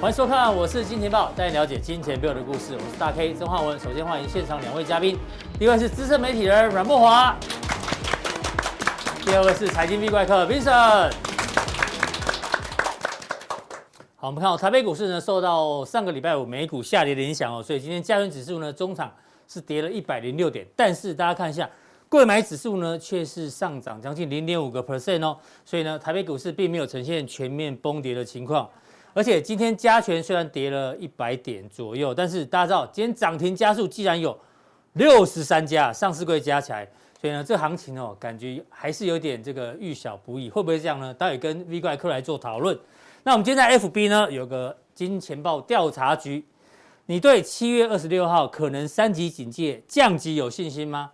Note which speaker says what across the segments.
Speaker 1: 欢迎收看，我是金钱豹，带你了解金钱背后的故事。我是大 K 曾焕文。首先欢迎现场两位嘉宾，第一位是资深媒体人阮沫华，第二位是财经壁怪客 Vincent。好，我们看哦，台北股市呢受到上个礼拜五美股下跌的影响哦，所以今天加权指数呢中场是跌了一百零六点，但是大家看一下，贵买指数呢却是上涨将近零点五个 percent 哦，所以呢台北股市并没有呈现全面崩跌的情况，而且今天加权虽然跌了一百点左右，但是大家知道今天涨停家数既然有六十三家，上市柜加起来。所以呢，这行情哦，感觉还是有点这个遇小不易，会不会这样呢？待会跟 V 怪客来做讨论。那我们今天在 FB 呢有个金钱豹调查局，你对七月二十六号可能三级警戒降级有信心吗？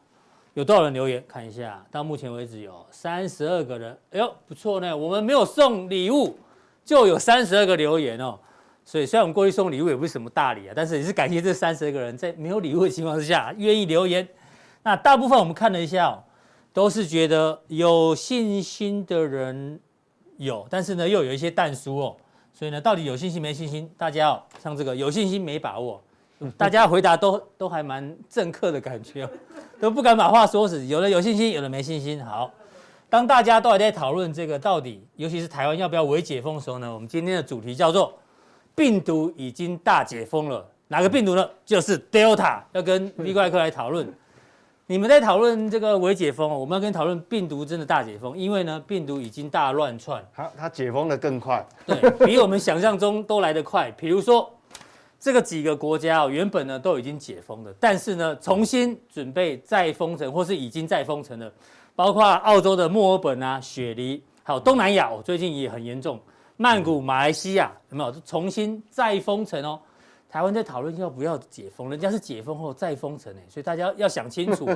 Speaker 1: 有多少人留言？看一下，到目前为止有三十二个人，哎呦，不错呢，我们没有送礼物，就有三十二个留言哦。所以虽然我们过去送礼物也不是什么大礼啊，但是也是感谢这三十二个人在没有礼物的情况之下愿意留言。那大部分我们看了一下、哦，都是觉得有信心的人有，但是呢又有一些淡疏哦。所以呢，到底有信心没信心？大家哦，像这个有信心没把握，大家回答都 都还蛮政客的感觉、哦，都不敢把话说死。有的有信心，有的没信心。好，当大家都还在讨论这个到底，尤其是台湾要不要微解封的时候呢，我们今天的主题叫做“病毒已经大解封了”。哪个病毒呢？就是 Delta，要跟 V 怪客来讨论。你们在讨论这个微解封哦，我们要跟你讨论病毒真的大解封，因为呢，病毒已经大乱窜，
Speaker 2: 他他解封的更快，
Speaker 1: 对比我们想象中都来得快。比如说，这个几个国家哦，原本呢都已经解封了，但是呢，重新准备再封城，或是已经再封城了，包括澳洲的墨尔本啊、雪梨，还有东南亚哦，最近也很严重，曼谷、马来西亚有没有重新再封城哦？台湾在讨论要不要解封，人家是解封后再封城哎，所以大家要想清楚。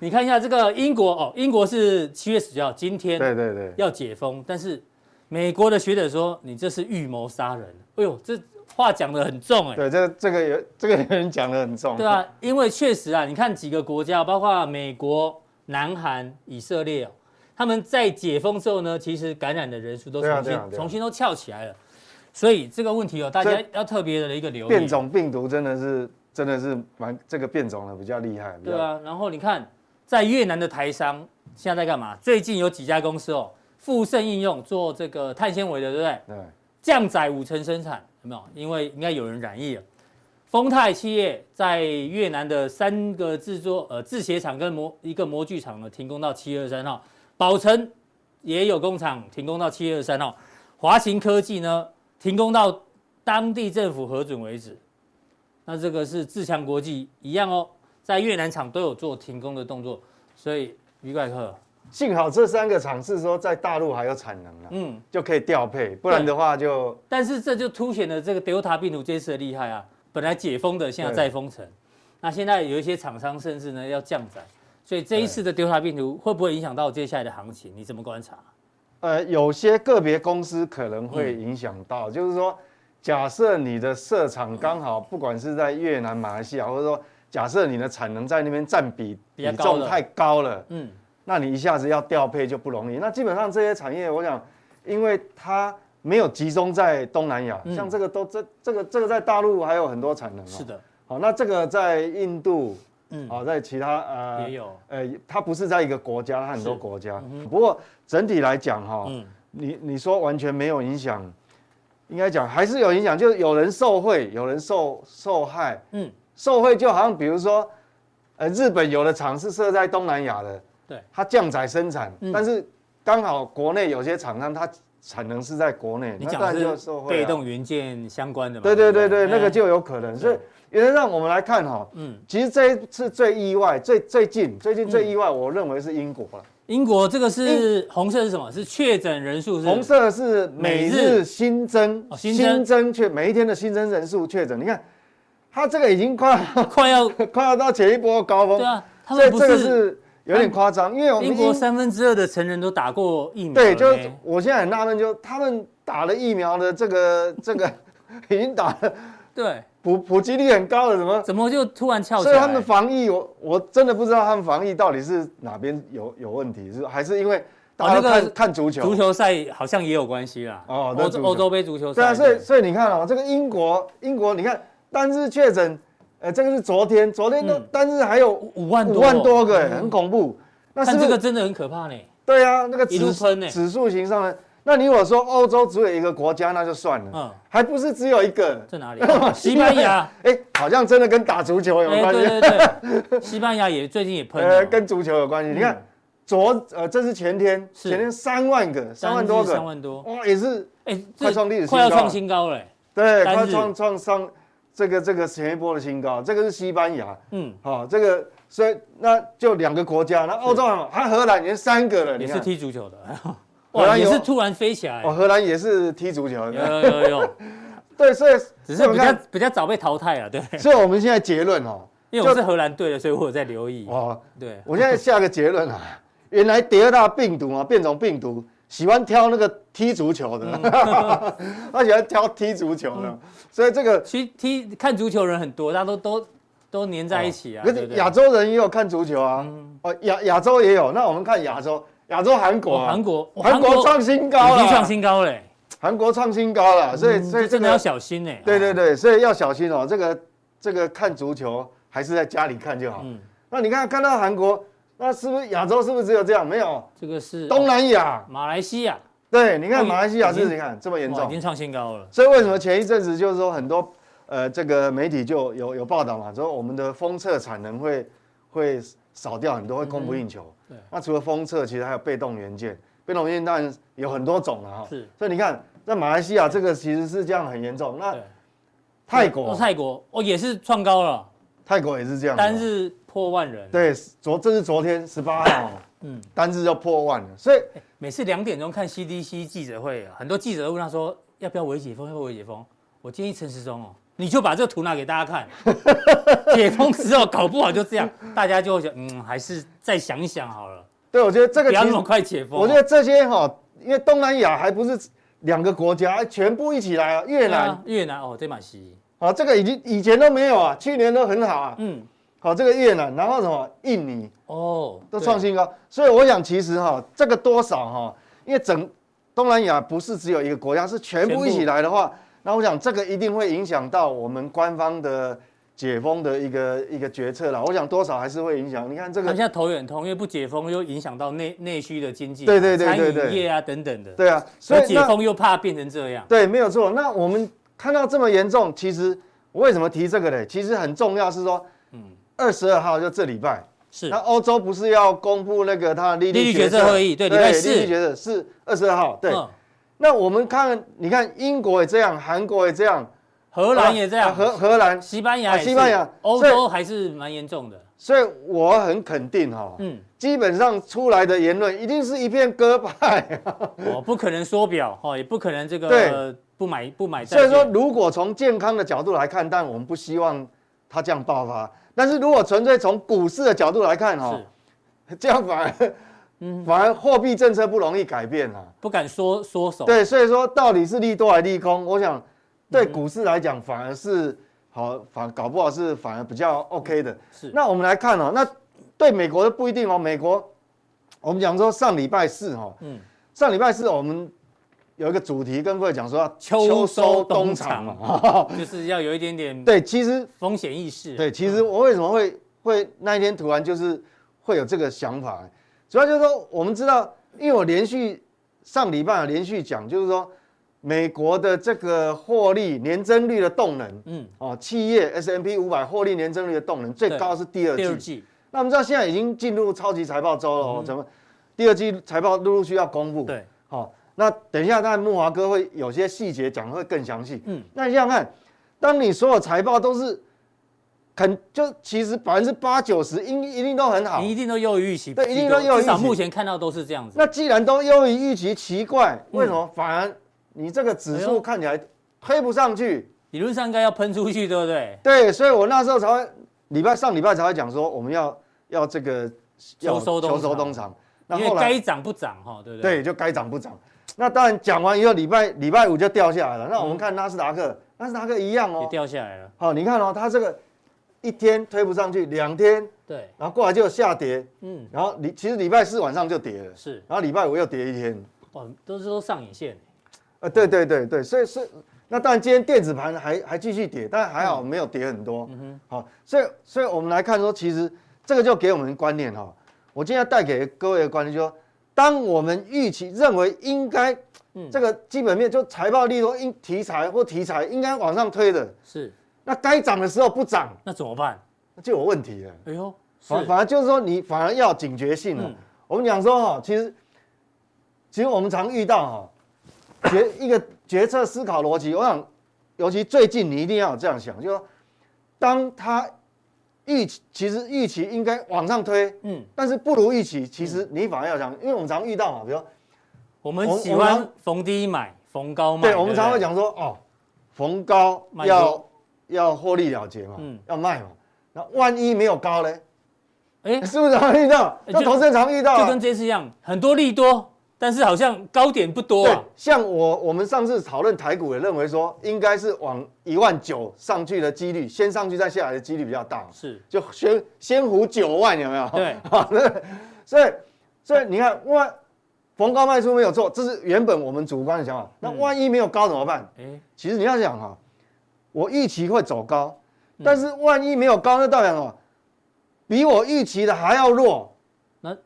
Speaker 1: 你看一下这个英国哦，英国是七月十九号，今天
Speaker 2: 对对对，
Speaker 1: 要解封，但是美国的学者说你这是预谋杀人。哎呦，这话讲得很重哎、
Speaker 2: 对这这个有这个有人讲的很重，
Speaker 1: 对啊，因为确实啊，你看几个国家，包括美国、南韩、以色列哦，他们在解封之后呢，其实感染的人数都重
Speaker 2: 对啊
Speaker 1: 新、
Speaker 2: 对啊对啊
Speaker 1: 重新都翘起来了。所以这个问题哦，大家
Speaker 2: 这
Speaker 1: 要特别的一个留意。
Speaker 2: 变种病毒真的是真的是蛮这个变种的比较厉害，比较
Speaker 1: 对，啊，然后你看，在越南的台商现在在干嘛？最近有几家公司哦，富盛应用做这个碳纤维的，对不对？
Speaker 2: 对，
Speaker 1: 降载五成生产，有没有？因为应该有人染疫了。啊丰泰企业在越南的三个制作呃制鞋厂跟模一个模具厂呢停工到七月二三号，宝城也有工厂停工到七月二三号，华勤科技呢停工到当地政府核准为止。那这个是自强国际一样哦，在越南厂都有做停工的动作，所以于怪客，
Speaker 2: 幸好这三个厂是说在大陆还有产能啊，
Speaker 1: 嗯，
Speaker 2: 就可以调配，不然的话就
Speaker 1: 但是这就凸显了这个 Delta 病毒这次的厉害啊！本来解封的，现在
Speaker 2: 对
Speaker 1: 再封城，那现在有一些厂商甚至呢要降载，所以这一次的 Delta 病毒会不会影响到接下来的行情？你怎么观察？
Speaker 2: 呃有些个别公司可能会
Speaker 1: 嗯
Speaker 2: 影响到，就是说假设你的设
Speaker 1: 嗯
Speaker 2: 厂刚好不管是在越南、马来西亚，或者说假设你的产能在那边占比
Speaker 1: 比较
Speaker 2: 比
Speaker 1: 高
Speaker 2: 重
Speaker 1: 了
Speaker 2: 太高了。
Speaker 1: 嗯，
Speaker 2: 那你一下子要调配就不容易。那基本上这些产业，我想，因为它没有集中在东南亚，
Speaker 1: 嗯
Speaker 2: 像这个都这这个这个在大陆还有很多产能、哦。
Speaker 1: 是。的，
Speaker 2: 好，那这个在印度，
Speaker 1: 嗯
Speaker 2: 嗯，好、在其他呃
Speaker 1: 啊也有，
Speaker 2: 呃，它不是在一个国家，它很多
Speaker 1: 是
Speaker 2: 国家。不过整体来讲哈、
Speaker 1: 嗯，
Speaker 2: 你你说完全没有影响，应该讲还是有影响，就是有人受贿，有人受受害。
Speaker 1: 嗯，
Speaker 2: 受贿就好像比如说，呃，日本有的厂是设在东南亚的，
Speaker 1: 对，
Speaker 2: 它降载生产，
Speaker 1: 嗯
Speaker 2: 但是刚好国内有些厂商它产能是在国内，
Speaker 1: 你
Speaker 2: 那
Speaker 1: 讲
Speaker 2: 当然
Speaker 1: 的
Speaker 2: 就是受贿啊
Speaker 1: 被动元件相关的嘛？
Speaker 2: 对对对对，
Speaker 1: 不
Speaker 2: 那个就有可能。所以原则上我们来看哈、
Speaker 1: 嗯，
Speaker 2: 其实这一次最意外、最最近、最近最意外，我认为是英国了。
Speaker 1: 英国这个是红色是什么？是确诊人数是
Speaker 2: 红色是
Speaker 1: 每
Speaker 2: 每
Speaker 1: 日
Speaker 2: 日新增
Speaker 1: 哦，新增
Speaker 2: 确每一天的新增人数确诊。你看，它这个已经快要
Speaker 1: 快要
Speaker 2: 快要到前一波高峰，
Speaker 1: 对啊，他
Speaker 2: 所以
Speaker 1: 们不
Speaker 2: 这个
Speaker 1: 是
Speaker 2: 是有点夸张，因为我们
Speaker 1: 英国三分之二的成人都打过疫苗了
Speaker 2: 对，
Speaker 1: 呢，
Speaker 2: 就我现在很纳闷，就他们打了疫苗的这个这个 已经打了
Speaker 1: 对，
Speaker 2: 普普及率很高了，怎么？
Speaker 1: 怎么就突然翘起
Speaker 2: 所
Speaker 1: 来？
Speaker 2: 以他们防疫，我我真的不知道他们防疫到底是哪边有有问题，是还是因为大家
Speaker 1: 哦那
Speaker 2: 都
Speaker 1: 个
Speaker 2: 看看足球，
Speaker 1: 足球赛好像也有关系啦。
Speaker 2: 哦那
Speaker 1: 欧
Speaker 2: 足
Speaker 1: 洲
Speaker 2: 球
Speaker 1: 欧洲杯足球
Speaker 2: 对
Speaker 1: 赛。
Speaker 2: 啊，所以所以你看哦，这个英国英国，你看单日确诊，呃，这个是昨天，昨天都
Speaker 1: 嗯
Speaker 2: 单日还有五
Speaker 1: 五万多，嗯
Speaker 2: 五万多个，很恐怖。那是
Speaker 1: 但
Speaker 2: 不
Speaker 1: 这个
Speaker 2: 是？
Speaker 1: 真的很可怕呢。
Speaker 2: 对啊，那个
Speaker 1: 一路
Speaker 2: 指
Speaker 1: 喷欸
Speaker 2: 指数型上的，那你如果说欧洲只有一个国家，那就算了，
Speaker 1: 嗯，
Speaker 2: 还不是只有一个？
Speaker 1: 在 哪里？西班牙。
Speaker 2: 哎，好像真的跟打足球有
Speaker 1: 哎，
Speaker 2: 关系。
Speaker 1: 对对对，西班牙也最近也喷
Speaker 2: 呃，
Speaker 1: 了，
Speaker 2: 跟足球有关系。你看，昨呃，这是前天，
Speaker 1: 嗯是
Speaker 2: 前天三万个，三万多
Speaker 1: 三
Speaker 2: 个，
Speaker 1: 万多，
Speaker 2: 哇，也是
Speaker 1: 哎，这
Speaker 2: 快创历史新高
Speaker 1: 快要创新高了。
Speaker 2: 对，
Speaker 1: 单
Speaker 2: 快
Speaker 1: 日
Speaker 2: 创创上这个这个前一波的新高。这个是西班牙，
Speaker 1: 嗯，
Speaker 2: 好、这个所以那就两个国家，那欧洲还有还荷兰也是三个了，你
Speaker 1: 也是
Speaker 2: 看，
Speaker 1: 踢足球的，
Speaker 2: 荷
Speaker 1: 哇，
Speaker 2: 兰
Speaker 1: 也
Speaker 2: 啊有
Speaker 1: 是突然飞起来
Speaker 2: 哦，。荷兰也是踢足 球
Speaker 1: 有
Speaker 2: 的，
Speaker 1: 有有 有，
Speaker 2: 对，所以
Speaker 1: 只
Speaker 2: 所
Speaker 1: 是
Speaker 2: 以我
Speaker 1: 比较
Speaker 2: 看
Speaker 1: 比较早被淘汰啊，对，
Speaker 2: 所以我们现在结论哦，
Speaker 1: 因为我是荷兰队的，所以我有在留意。
Speaker 2: 哇，
Speaker 1: 对，
Speaker 2: 我现在下个结论啊，原来第二大病毒啊，变种病毒喜欢挑那个踢足球的，
Speaker 1: 嗯
Speaker 2: 他喜欢挑踢足球的，所以这个
Speaker 1: 其实踢看足球人很多，大家都都都黏在一起啊，
Speaker 2: 哦可
Speaker 1: 对
Speaker 2: 是
Speaker 1: 不对嗯
Speaker 2: 亚洲人也有看足球啊，哦，亚亚洲也有，那我们看亚洲，亚洲韩国
Speaker 1: 哦
Speaker 2: 啊，
Speaker 1: 韩国哦
Speaker 2: 韩国创新高
Speaker 1: 已
Speaker 2: 了，
Speaker 1: 经创新高嘞，
Speaker 2: 韩国创新高了，所以所以
Speaker 1: 这
Speaker 2: 这
Speaker 1: 真的要
Speaker 2: 个，
Speaker 1: 小心呢。
Speaker 2: 对对
Speaker 1: 哦，
Speaker 2: 对，所以要小心哦。这个这个看足球还是在家里看就好。
Speaker 1: 嗯，
Speaker 2: 那你看看到韩国，那是不是亚洲是不是只有这样？没有，
Speaker 1: 这个是哦
Speaker 2: 东南亚，
Speaker 1: 马来西亚
Speaker 2: 对，你看马来西亚
Speaker 1: 已经
Speaker 2: 是，你看这么严
Speaker 1: 哇已经
Speaker 2: 重，
Speaker 1: 创新高了，
Speaker 2: 所以为什么前一阵子就是说很多呃这个媒体就有有报道嘛，说我们的封测产能会会少掉很多，会供不应求。
Speaker 1: 嗯对
Speaker 2: 那除了封测，其实还有被动元件，被动元件当然有很多种啊了哈。
Speaker 1: 是
Speaker 2: 所以你看，在马来西亚这个其实是这样很严重。那
Speaker 1: 对
Speaker 2: 泰
Speaker 1: 哦
Speaker 2: 国，啊
Speaker 1: 泰国哦也是创高了，
Speaker 2: 泰国也是这样。
Speaker 1: 单，日破万人。，
Speaker 2: 对，昨这是昨天十八号，
Speaker 1: 嗯
Speaker 2: 嗯，单日就破万了。所以
Speaker 1: 每次两点钟看 CDC 记者会，很多记者都问他说要不要微解封，要不要微解封？我建议陈时中哦，你就把这个图拿给大 家看，解封之后搞不好就这样，大家就会想，嗯，还是再想一想好了，
Speaker 2: 对我觉得这个
Speaker 1: 不要
Speaker 2: 其
Speaker 1: 那
Speaker 2: 实
Speaker 1: 么，快解封哦。
Speaker 2: 我觉得这些哈，因为东南亚还不是两个国家全部一起来啊，越
Speaker 1: 对
Speaker 2: 南
Speaker 1: 啊越南哦，这马西，
Speaker 2: 啊，这个已经以前都没有啊，去年都很好啊。
Speaker 1: 嗯，
Speaker 2: 好，这个越南，然后什么印尼，
Speaker 1: 哦，
Speaker 2: 都
Speaker 1: 对
Speaker 2: 创，新高。所以我想，其实哈、这个多少哈、因为整东南亚不是只有一个国家，是全
Speaker 1: 全部
Speaker 2: 部一起来的话，那我想这个一定会影响到我们官方的解封的一个一个决策啦。我想多少还是会影响。你看这
Speaker 1: 他们
Speaker 2: 个，
Speaker 1: 现在头也很痛，因为不解封又影响到内内需的经济嘛，啊
Speaker 2: 对对对对
Speaker 1: 餐
Speaker 2: 对
Speaker 1: 饮业啊等等的，
Speaker 2: 对啊，所
Speaker 1: 所以
Speaker 2: 以
Speaker 1: 解
Speaker 2: 那
Speaker 1: 封又怕变成这样，
Speaker 2: 对没有错。那我们看到这么严重，其实我为什么提这个嘞？其实很重要是说，嗯，二十二号就这礼拜。
Speaker 1: 是
Speaker 2: 那欧洲不是要公布那个它的利
Speaker 1: 利率
Speaker 2: 率
Speaker 1: 决策会议对礼拜四
Speaker 2: 利率决策是二十二号，对。
Speaker 1: 嗯
Speaker 2: 那我们看，你看英国也这样，韩国也这样，
Speaker 1: 荷兰也这
Speaker 2: 啊
Speaker 1: 样，
Speaker 2: 荷荷兰，
Speaker 1: 西班牙
Speaker 2: 啊
Speaker 1: 也是，
Speaker 2: 西班牙
Speaker 1: 欧
Speaker 2: 所以
Speaker 1: 洲还是蛮严重的。
Speaker 2: 所以我很肯定哈、
Speaker 1: 嗯，
Speaker 2: 基本上出来的言论一定是一片鸽派、啊
Speaker 1: 哦，不可能缩表哈，哦也不可能这个
Speaker 2: 对
Speaker 1: 呃不买不买债
Speaker 2: 所
Speaker 1: 券。
Speaker 2: 以说，如果从健康的角度来看，但我们不希望它这样爆发。但是如果纯粹从股市的角度来看哈、哦
Speaker 1: 是嗯
Speaker 2: 这样反而，反而货币政策不容易改变啊。
Speaker 1: 不敢缩缩手。
Speaker 2: 对，所以说到底是利多还是利空？我想对股市来讲，反而是好，反搞不好是反而比较 OK 的。
Speaker 1: 是
Speaker 2: 那我们来看哦，那对美国的不一定哦。美国，我们讲说上礼拜四哦，
Speaker 1: 嗯
Speaker 2: 嗯，上礼拜四我们有一个主题跟各位讲说要
Speaker 1: 秋收冬
Speaker 2: 冬
Speaker 1: 藏
Speaker 2: 哦藏嘛。
Speaker 1: 就是要有一点点
Speaker 2: 对，其实
Speaker 1: 风险意识。
Speaker 2: 对，其实我为什么会会那一天突然就是会有这个想法，主要就是说我们知道，因为我连续上礼拜有连续讲，就是说美国的这个获利年增率的动能
Speaker 1: 嗯，
Speaker 2: 哦，企业 S M P 五百获利年增率的动能最
Speaker 1: 对
Speaker 2: 高是第二
Speaker 1: 第二
Speaker 2: 季。
Speaker 1: 季嗯
Speaker 2: 那我们知道现在已经进入超级财报周了，哦，怎么第二季财报陆陆续要公布？
Speaker 1: 对，
Speaker 2: 好、那等一下，当然木华哥会有些细节讲得会更详细。
Speaker 1: 嗯
Speaker 2: 嗯，那你想想看，当你所有财报都是肯，就其实百分之八九十应一定都很好
Speaker 1: 你。一定都优于预期，
Speaker 2: 对一定都优于
Speaker 1: 至少
Speaker 2: 预期
Speaker 1: 目前看到都是这样子。
Speaker 2: 那既然都优于预期，奇怪，为什么反而你这个指
Speaker 1: 嗯哎呦
Speaker 2: 数看起来推不上去？
Speaker 1: 理论上应该要喷出去，对不对？
Speaker 2: 对，所以我那时候才会礼拜上礼拜才会讲说，我们要要这个要
Speaker 1: 秋收冬
Speaker 2: 秋收
Speaker 1: 藏
Speaker 2: 冬藏。那
Speaker 1: 因
Speaker 2: 后
Speaker 1: 为
Speaker 2: 来
Speaker 1: 该涨不涨哈，对不对？
Speaker 2: 对，就该涨不涨。那当然讲完以后，礼拜礼拜五
Speaker 1: 嗯
Speaker 2: 就掉下来了。那我们看纳斯达克，纳斯达克一样
Speaker 1: 也
Speaker 2: 哦。
Speaker 1: 掉下来了。
Speaker 2: 好，你看哦，它这个一天推不上去，两天，
Speaker 1: 对，
Speaker 2: 然后过来就下跌，
Speaker 1: 嗯，
Speaker 2: 然后礼其实礼拜四晚上就跌了，
Speaker 1: 是，
Speaker 2: 然后礼拜五又跌一天，
Speaker 1: 哇，都是都上影线，
Speaker 2: 呃，对对对对，所以是那当然今天电子盘还还继续跌，但还好没有跌很多。好，所以所以我们来看说，其实这个就给我们观念哈、我今天要带给各位的观念就是说，当我们预期认为应该
Speaker 1: 嗯
Speaker 2: 这个基本面就财报利多应题材或题材应该往上推的，
Speaker 1: 是，
Speaker 2: 那该涨的时候不涨，
Speaker 1: 那怎么办？
Speaker 2: 那就有问题了。
Speaker 1: 哎呦，是
Speaker 2: 反，反而就是说，你反而要警觉性了、
Speaker 1: 嗯
Speaker 2: 我们讲说哈，其实其实我们常遇到哈决一个决策思考逻辑，我想，尤其最近你一定要有这样想，就是说，当他预期其实预期应该往上推，
Speaker 1: 嗯，
Speaker 2: 但是不如预期，其实你反而要想，因为我们常遇到嘛，比如说，
Speaker 1: 我们
Speaker 2: 我
Speaker 1: 喜
Speaker 2: 我
Speaker 1: 欢
Speaker 2: 常
Speaker 1: 逢低买，逢高卖，
Speaker 2: 对，我们
Speaker 1: 不
Speaker 2: 常会，讲说哦，逢高
Speaker 1: 卖
Speaker 2: 要
Speaker 1: 多
Speaker 2: 要获利了结嘛，
Speaker 1: 嗯
Speaker 2: 要卖嘛，那万一没有高嘞，
Speaker 1: 哎，
Speaker 2: 是不是常遇到？
Speaker 1: 哎
Speaker 2: 那
Speaker 1: 就
Speaker 2: 投资人常遇到、啊，
Speaker 1: 就跟这次一样，很多利多，但是好像高点不多
Speaker 2: 对
Speaker 1: 啊，，
Speaker 2: 像我我们上次讨论台股，也认为说应该是往一万九上去的几率，先上去再下来的几率比较大，
Speaker 1: 是，
Speaker 2: 就先先胡九万有没有？
Speaker 1: 对
Speaker 2: 所以所以你看，万逢高卖出没有错，这是原本我们主观的想法。那万一没有高怎么办？
Speaker 1: 哎，
Speaker 2: 其实你要想啊，我预期会走高，但是万一没有高，那代表什么？比我预期的还要弱，
Speaker 1: 那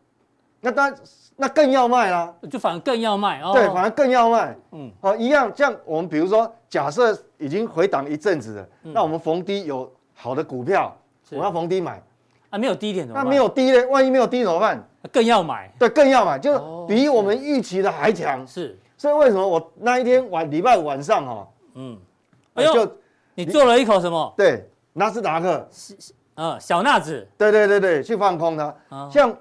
Speaker 2: 那当然那更要卖啦、
Speaker 1: 就反而更要卖哦，
Speaker 2: 对，反而更要卖。
Speaker 1: 嗯
Speaker 2: 嗯，好，一样，像我们比如说，假设已经回档一阵子了，那我们逢低有好的股票，
Speaker 1: 嗯是
Speaker 2: 我要逢低买。
Speaker 1: 啊，没有低点怎么
Speaker 2: 那
Speaker 1: 办？
Speaker 2: 没有低呢？万一没有低怎么办？
Speaker 1: 更要买，
Speaker 2: 对，更要买，就是
Speaker 1: 哦
Speaker 2: 比我们预期的还强。
Speaker 1: 是，
Speaker 2: 所以为什么我那一天晚礼拜五晚上哈，
Speaker 1: 嗯，
Speaker 2: 我
Speaker 1: 哎呦，
Speaker 2: 就
Speaker 1: 你做了一口什么？
Speaker 2: 对纳斯达克，
Speaker 1: 嗯，小纳子，
Speaker 2: 对对对对，去放空它。
Speaker 1: 啊，
Speaker 2: 像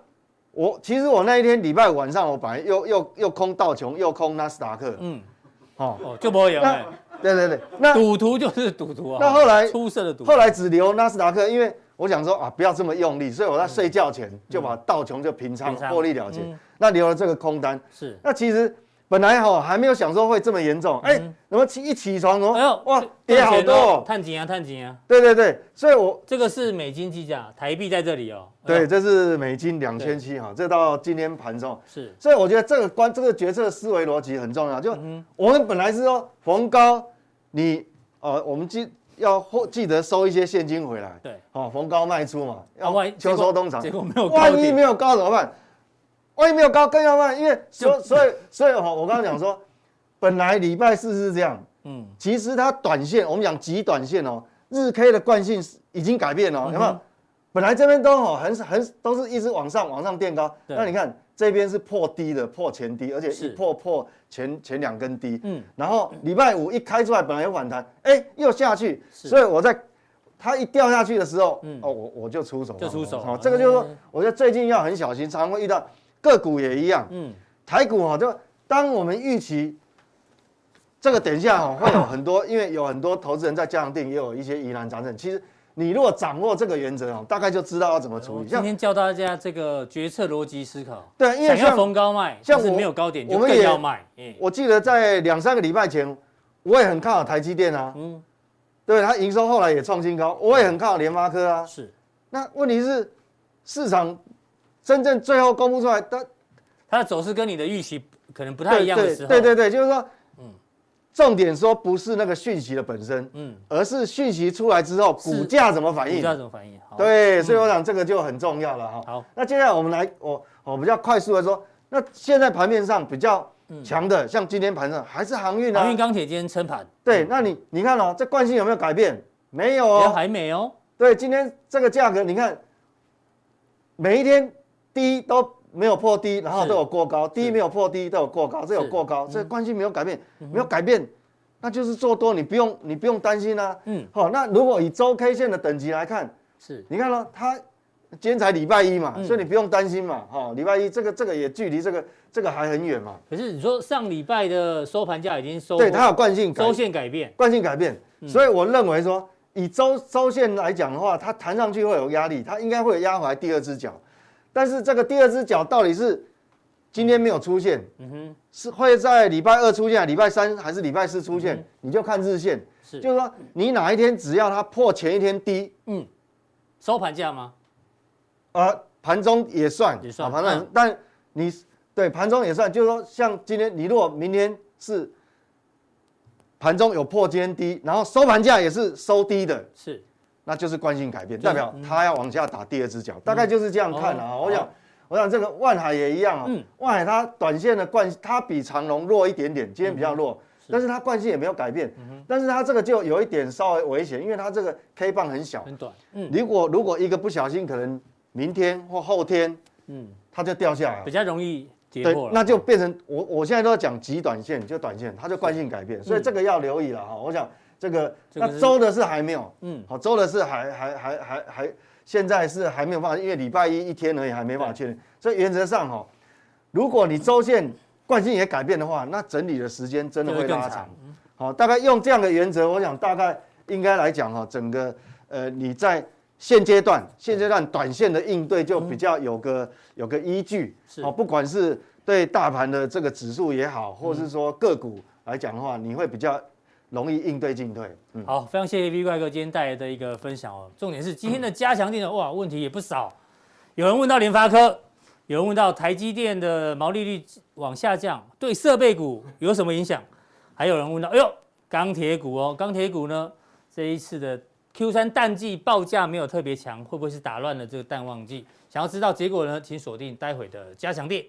Speaker 2: 我其实我那一天礼拜五晚上，我本来又又又空道琼，又空纳斯达克，
Speaker 1: 嗯，
Speaker 2: 哦，
Speaker 1: 哦，就不会有哎
Speaker 2: 那，对对对，那
Speaker 1: 赌徒就是赌徒啊，
Speaker 2: 那后来
Speaker 1: 出色的赌徒，
Speaker 2: 后来只留纳斯达克，因为我想说啊，不要这么用力，所以我在睡觉前就把道琼就平仓
Speaker 1: 平仓
Speaker 2: 获利了结
Speaker 1: 嗯，
Speaker 2: 那留了这个空单。
Speaker 1: 是，
Speaker 2: 那其实本来哈还没有想说会这么严重，哎，怎么起一起床
Speaker 1: 嗯哎
Speaker 2: 哦，
Speaker 1: 呦，
Speaker 2: 哇
Speaker 1: 赚，
Speaker 2: 跌好
Speaker 1: 钱
Speaker 2: 多
Speaker 1: 哦
Speaker 2: 哦。
Speaker 1: 探紧啊，探紧啊，
Speaker 2: 对对对，所以我
Speaker 1: 这个是美金计价，台币在这里哦，哎
Speaker 2: 对
Speaker 1: 呦，
Speaker 2: 这是美金两千七哈，这到今天盘中。
Speaker 1: 是，
Speaker 2: 所以我觉得这个关这个决策思维逻辑很重要。就我们本来是说逢高，你呃，我们记要获记得收一些现金回来，
Speaker 1: 对，
Speaker 2: 哦，逢高卖出嘛，
Speaker 1: 啊
Speaker 2: 要
Speaker 1: 万一
Speaker 2: 秋
Speaker 1: 结果
Speaker 2: 收冬藏。
Speaker 1: 结果没有高
Speaker 2: 万一
Speaker 1: 点
Speaker 2: 没，有高怎么办？万一没有高更要卖，因为所
Speaker 1: 就
Speaker 2: 所以所以哈，我刚刚 讲说，本来礼拜四是这样，
Speaker 1: 嗯，
Speaker 2: 其实它短线我们讲极短线哦，日 K 的惯性是已经改变
Speaker 1: 嗯
Speaker 2: 了哦，有没有？本来这边都哦很很都是一直往上往上垫高，
Speaker 1: 对
Speaker 2: 那你看这边是破低的，破前低，而且
Speaker 1: 是
Speaker 2: 一破破前前两根低，
Speaker 1: 嗯，
Speaker 2: 然后礼拜五一开出来，本来有反弹，哎，又下去，
Speaker 1: 是
Speaker 2: 所以我在它一掉下去的时候，
Speaker 1: 嗯
Speaker 2: 哦，我我就出手了，
Speaker 1: 就出手了
Speaker 2: 哦，这个就是说
Speaker 1: 嗯，
Speaker 2: 我觉得最近要很小心，常常会遇到个股也一样，
Speaker 1: 嗯，
Speaker 2: 台股哈、就当我们预期这个等一下哈、会有很多，因为有很多投资人在加强定，也有一些疑难杂症。其实你如果掌握这个原则哦，大概就知道要怎么处
Speaker 1: 我
Speaker 2: 理。
Speaker 1: 今
Speaker 2: 像
Speaker 1: 天教大家这个决策逻辑思考，
Speaker 2: 对，因为
Speaker 1: 想要
Speaker 2: 像
Speaker 1: 逢高卖，
Speaker 2: 像
Speaker 1: 但是
Speaker 2: 我
Speaker 1: 没有高点就
Speaker 2: 我们
Speaker 1: 更
Speaker 2: 也
Speaker 1: 要卖，哎，
Speaker 2: 我记得在两三个礼拜前，我也很看好台积电啊，
Speaker 1: 嗯，
Speaker 2: 对它营收后来也创新高，我也很看好联发科啊。
Speaker 1: 是，
Speaker 2: 那问题是市场真正最后公布出来，它
Speaker 1: 它的走势跟你的预期可能不
Speaker 2: 不
Speaker 1: 太一样的时候，
Speaker 2: 对对对，就是说，重点说不是那个讯息的本身，
Speaker 1: 嗯，
Speaker 2: 而是讯息出来之后，
Speaker 1: 是
Speaker 2: 股价怎么反
Speaker 1: 你
Speaker 2: 应
Speaker 1: 知？道怎么反应？好，
Speaker 2: 对，所以我想这个就很重要了哈。
Speaker 1: 好，
Speaker 2: 那接下来我们来，我我比较快速的说，那现在盘面上比较强的，像今天盘上还是航运
Speaker 1: 嗯航运
Speaker 2: 啊。
Speaker 1: 钢铁今天撑盘，
Speaker 2: 对，那你你看哦，这惯性有没有改变？没有
Speaker 1: 也
Speaker 2: 哦。
Speaker 1: 还没哦，
Speaker 2: 对，今天这个价格，你看每一天低都没有破低，然后
Speaker 1: 是嗯
Speaker 2: 都有过高，低没有破低都有过高，这有过高，这惯性没有改变，没有改变，那就是做多，你不用你不用担心啊。
Speaker 1: 嗯，
Speaker 2: 好、那如果以周 K 线的等级来看，
Speaker 1: 是，
Speaker 2: 你看咯，它今天才礼拜一嘛，
Speaker 1: 嗯
Speaker 2: 所以你不用担心嘛，哈、礼拜一这个这个也距离这个这个还很远嘛，
Speaker 1: 可是你说上礼拜的收盘价已经收
Speaker 2: 对，它有惯性改
Speaker 1: 周线改变，
Speaker 2: 惯性改变，
Speaker 1: 嗯
Speaker 2: 所以我认为说以周周线来讲的话，它弹上去会有压力，它应该会有压回来第二只脚，但是这个第二只脚到底是今天没有出现，
Speaker 1: 嗯哼，
Speaker 2: 是会在礼拜二出现，礼拜三还是礼拜四出现，你就看日线，
Speaker 1: 嗯是
Speaker 2: 就是说你哪一天只要它破前一天低，
Speaker 1: 嗯
Speaker 2: 嗯，
Speaker 1: 收盘价吗？
Speaker 2: 呃，盘中也算，
Speaker 1: 也算
Speaker 2: 啊盘中也
Speaker 1: 嗯
Speaker 2: 但你对盘中也算，就是说，像今天你如果明天是盘中有破今天低，然后收盘价也是收低的，
Speaker 1: 是，
Speaker 2: 那就是惯性改变，
Speaker 1: 就是嗯
Speaker 2: 代表它要往下打第二只脚，大概就是这样看啊。
Speaker 1: 哦
Speaker 2: 我想
Speaker 1: 好，
Speaker 2: 我想这个万海也一样哦
Speaker 1: 嗯，
Speaker 2: 万海它短线的惯，它比长龙弱一点点，今天比较弱，
Speaker 1: 嗯是嗯
Speaker 2: 但是它惯性也没有改变，但是它这个就有一点稍微危险，因为它这个 K 棒很小，
Speaker 1: 很短，嗯
Speaker 2: 如果如果一个不小心，可能明天或后天
Speaker 1: 嗯，
Speaker 2: 它就掉下来
Speaker 1: 比
Speaker 2: 了。
Speaker 1: 较容易跌
Speaker 2: 对
Speaker 1: 破，了，
Speaker 2: 那就变成我我现在都要讲极短线，就短线，它就惯性改变，所以这个要留意了哈。我想这个
Speaker 1: 嗯这个
Speaker 2: 那
Speaker 1: 是
Speaker 2: 周的是还没有，
Speaker 1: 嗯，
Speaker 2: 好，周的是还还还还还，现在是还没有办法，因为礼拜一一天而已，还没办法确认。所以原则上哈，如果你周线惯性也改变的话，那整理的时间真的
Speaker 1: 就
Speaker 2: 会
Speaker 1: 更
Speaker 2: 拉长。，好，大概用这样的原则，我想大概应该来讲哈，整个呃你在现阶段现阶段短线的应对就比较有个、有个依据，
Speaker 1: 嗯是
Speaker 2: 哦，不管是对大盘的这个指数也好，或
Speaker 1: 嗯
Speaker 2: 是说个股来讲的话，你会比较容易应对进退。嗯，
Speaker 1: 好，非常谢谢 V 怪哥今天带来的一个分享哦。重点是今天的加强电的哇，问题也不少。有人问到联发科，有人问到台积电的毛利率往下降对设备股有什么影响？还有人问到，哎呦，钢铁股哦，钢铁股呢这一次的 Q 三淡季报价没有特别强，会不会是打乱了这个淡旺季？想要知道结果呢，请锁定待会的加强电。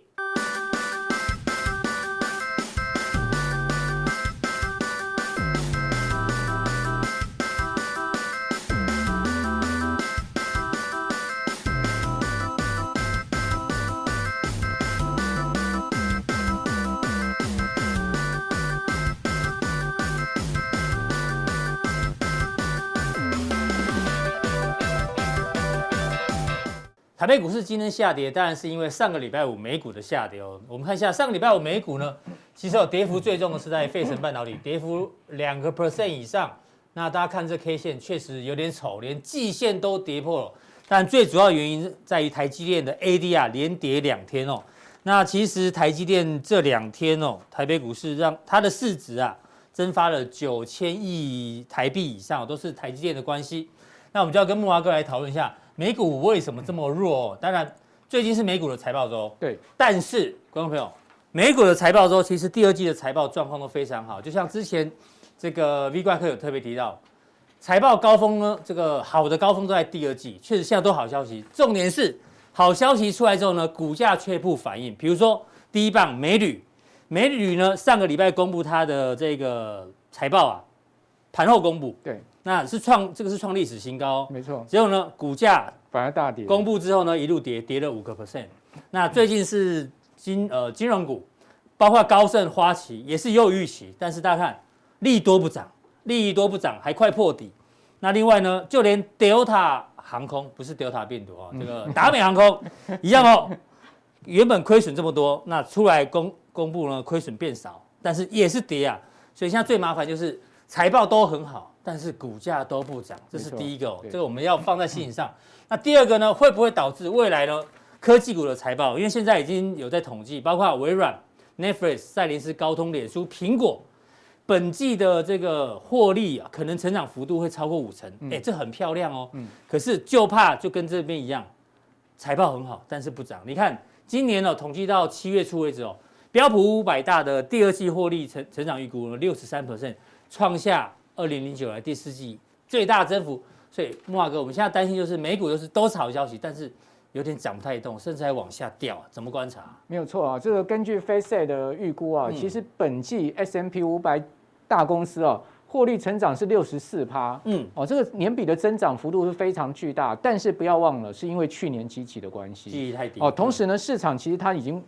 Speaker 1: 台北股市今天下跌，当然是因为上个礼拜五美股的下跌哦。我们看一下上个礼拜五美股呢，其实有跌幅最重的是在费城半导体，跌幅两个 percent 以上。那大家看这 K 线确实有点丑，连季线都跌破了。但最主要原因在于台积电的 ADR 连跌两天哦。那其实台积电这两天哦，台北股市让它的市值啊蒸发了九千亿台币以上哦，都是台积电的关系。那我们就要跟木华哥来讨论一下美股为什么这么弱、哦。当然，最近是美股的财报周，
Speaker 3: 对，
Speaker 1: 但是观众朋友，美股的财报周其实第二季的财报状况都非常好，就像之前这个 V 怪客有特别提到，财报高峰呢，这个好的高峰都在第二季，确实现在都好消息。重点是好消息出来之后呢，股价却不反应。比如说第一棒美铝，美铝呢上个礼拜公布它的这个财报啊，盘后公布，
Speaker 3: 对，
Speaker 1: 那是创这个是创历史新高哦、
Speaker 3: 没错，
Speaker 1: 结果呢，股价
Speaker 3: 反而大跌。
Speaker 1: 公布之后呢，一路跌，跌了五个 percent。那最近是金呃金融股，包括高盛、花旗也是有预期，但是大家看利多不涨，利多不涨，还快破底。那另外呢，就连 Delta 航空不是 Delta 病毒啊、这个达美航空 一样哦，原本亏损这么多，那出来公公布呢，亏损变少，但是也是跌啊。所以现在最麻烦就是财报都很好，但是股价都不涨，这是
Speaker 3: 没错
Speaker 1: 第一个、哦，
Speaker 3: 对
Speaker 1: 这个我们要放在心上。那第二个呢，会不会导致未来呢科技股的财报？因为现在已经有在统计，包括微软、Netflix、赛灵思、高通、脸书、苹果。本季的这个获利啊，可能成长幅度会超过五成，哎、
Speaker 3: 嗯
Speaker 1: 这很漂亮哦。可是就怕就跟这边一样，财报很好，但是不涨。你看今年哦，统计到七月初为止哦，标普五百大的第二季获利成成长预估六十三 percent，创下二零零九来第四季最大增幅。所以木华哥，我们现在担心就是美股就是都是好消息，但是有点涨不太动，甚至还往下掉，啊怎么观察？
Speaker 3: 没有错啊，这个根据 FactSet 的预估啊，
Speaker 1: 嗯
Speaker 3: 其实本季 S M P 五百大公司啊，获利成长是六十四趴。
Speaker 1: 嗯，
Speaker 3: 哦，这个年比的增长幅度是非常巨大，但是不要忘了，是因为去年基期的关系。
Speaker 1: 记忆太低
Speaker 3: 哦，同时呢，市场其实它已经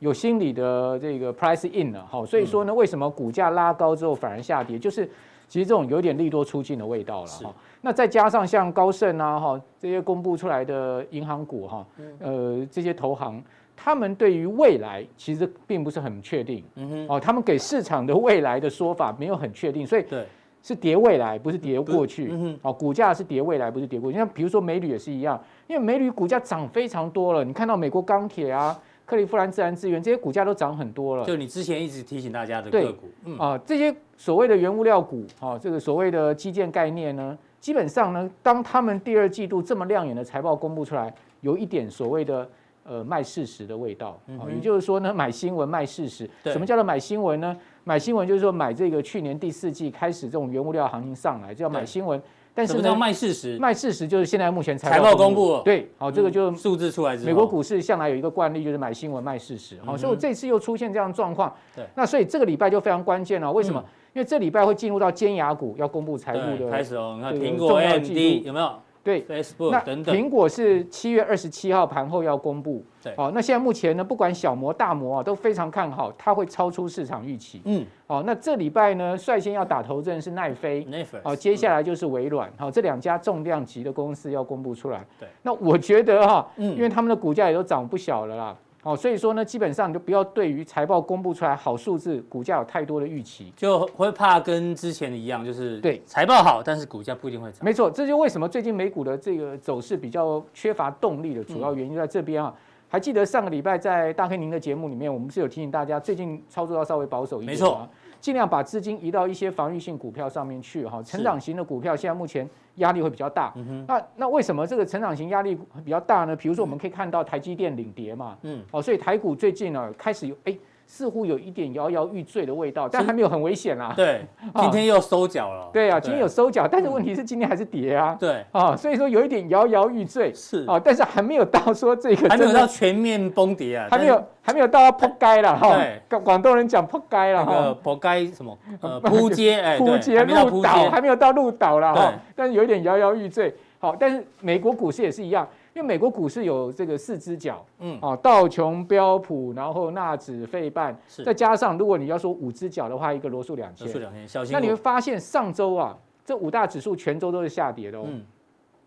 Speaker 3: 有心理的这个 price in 了，好、所以
Speaker 1: 嗯
Speaker 3: 说呢，为什么股价拉高之后反而下跌，就是其实这种有点利多出尽的味道了
Speaker 1: 是
Speaker 3: 哈、那再加上像高盛啊哈、这些公布出来的银行股哈、
Speaker 1: 嗯
Speaker 3: 呃这些投行，他们对于未来其实并不是很确定，
Speaker 1: 嗯哼，
Speaker 3: 哦，他们给市场的未来的说法没有很确定，所以
Speaker 1: 对，
Speaker 3: 是跌未来，不是跌过去
Speaker 1: 不嗯哼。
Speaker 3: 哦，股价是跌未来，不是跌过去。像比如说美铝也是一样，因为美铝股价涨非常多了，你看到美国钢铁啊、克利夫兰自然资源这些股价都涨很多了。
Speaker 1: 就你之前一直提醒大家的
Speaker 3: 对
Speaker 1: 个股，嗯，
Speaker 3: 啊啊，这些所谓的原物料股，哈、这个所谓的基建概念呢，基本上呢，当他们第二季度这么亮眼的财报公布出来，有一点所谓的呃卖事实的味道
Speaker 1: 嗯
Speaker 3: 啊、
Speaker 1: 哼
Speaker 3: 也就是说呢，买新闻卖事实。
Speaker 1: 对
Speaker 3: 什么叫做买新闻呢？买新闻就是说买这个去年第四季开始这种原物料行情上来，就要买
Speaker 1: 对
Speaker 3: 新闻。但
Speaker 1: 什
Speaker 3: 是
Speaker 1: 么叫
Speaker 3: 呢，
Speaker 1: 卖事实？
Speaker 3: 卖事实就是现在目前
Speaker 1: 财
Speaker 3: 财
Speaker 1: 报
Speaker 3: 报
Speaker 1: 公布了
Speaker 3: 对，好，这个就
Speaker 1: 嗯数字出来之后，
Speaker 3: 美国股市向来有一个惯例，就是买新闻卖事实，
Speaker 1: 嗯
Speaker 3: 好，
Speaker 1: 哼
Speaker 3: 所以我这次又出现这样的状况。
Speaker 1: 对
Speaker 3: 那所以这个礼拜就非常关键了，为什么
Speaker 1: 嗯？
Speaker 3: 因为这礼拜会进入到尖牙股要公布财务
Speaker 1: 对开
Speaker 3: 的，
Speaker 1: 始哦，你看
Speaker 3: 这个
Speaker 1: 苹果、
Speaker 3: 重要
Speaker 1: AMD
Speaker 3: 记录
Speaker 1: 有没有
Speaker 3: 对。那
Speaker 1: ？Facebook 等等，
Speaker 3: 苹果是七月二十七号盘后要公布，
Speaker 1: 对
Speaker 3: 好，那现在目前呢，不管小摩大摩啊，都非常看好，它会超出市场预期。
Speaker 1: 嗯
Speaker 3: 好，那这礼拜呢，率先要打头阵是奈飞，
Speaker 1: n e t f
Speaker 3: 好，接下来就是微软，好，这两家重量级的公司要公布出来。
Speaker 1: 对，
Speaker 3: 那我觉得哈、
Speaker 1: 嗯
Speaker 3: 因为他们的股价也都涨不小了啦。好，所以说呢，基本上你就不要对于财报公布出来好数字，股价有太多的预期。
Speaker 1: 就会怕跟之前一样，就是
Speaker 3: 对
Speaker 1: 财报好，但是股价不一定会涨。
Speaker 3: 没错，这就为什么最近美股的这个走势比较缺乏动力的主
Speaker 1: 嗯
Speaker 3: 要原因就在这边啊。还记得上个礼拜在大黑宁的节目里面，我们是有提醒大家，最近操作要稍微保守一点、啊，
Speaker 1: 没错，
Speaker 3: 尽量把资金移到一些防御性股票上面去哈、成长型的股票现在目前压力会比较大。
Speaker 1: 嗯
Speaker 3: 那那为什么这个成长型压力比较大呢？比如说我们可以看到台积电领跌嘛，
Speaker 1: 嗯，
Speaker 3: 哦，所以台股最近呢开始有哎。似乎有一点摇摇欲坠的味道，但还没有很危险啦。
Speaker 1: 对，嗯
Speaker 3: 啊
Speaker 1: 今天又收脚了。
Speaker 3: 对啊，今天有收脚，但是问题是今天还是跌啊。
Speaker 1: 对
Speaker 3: 啊，所以说有一点摇摇欲坠
Speaker 1: 是，
Speaker 3: 啊，但是还没有到说这个
Speaker 1: 还没有
Speaker 3: 真的
Speaker 1: 到全面崩跌啊，
Speaker 3: 还没有还没有到要扑街了哈
Speaker 1: 对，
Speaker 3: 广广东人讲扑街了
Speaker 1: 但是那个
Speaker 3: 哈，
Speaker 1: 不该什 么呃扑街哎，
Speaker 3: 哦扑
Speaker 1: 对
Speaker 3: 街
Speaker 1: 还没到
Speaker 3: 入
Speaker 1: 扑
Speaker 3: 岛还
Speaker 1: 街，
Speaker 3: 没有到入岛了哈
Speaker 1: 对，
Speaker 3: 但是有一点摇摇欲坠。好，但是美国股市也是一样，因为美国股市有这个四只脚，
Speaker 1: 嗯
Speaker 3: 嗯，哦，道琼、标普，然后纳指、费半，
Speaker 1: 是
Speaker 3: 再加上如果你要说五只脚的话，一个罗素两
Speaker 1: 连续
Speaker 3: 千，
Speaker 1: 两天小心
Speaker 3: 那你会
Speaker 1: 股。
Speaker 3: 发现上周啊，这五大指数全周都是下跌的哦，
Speaker 1: 嗯，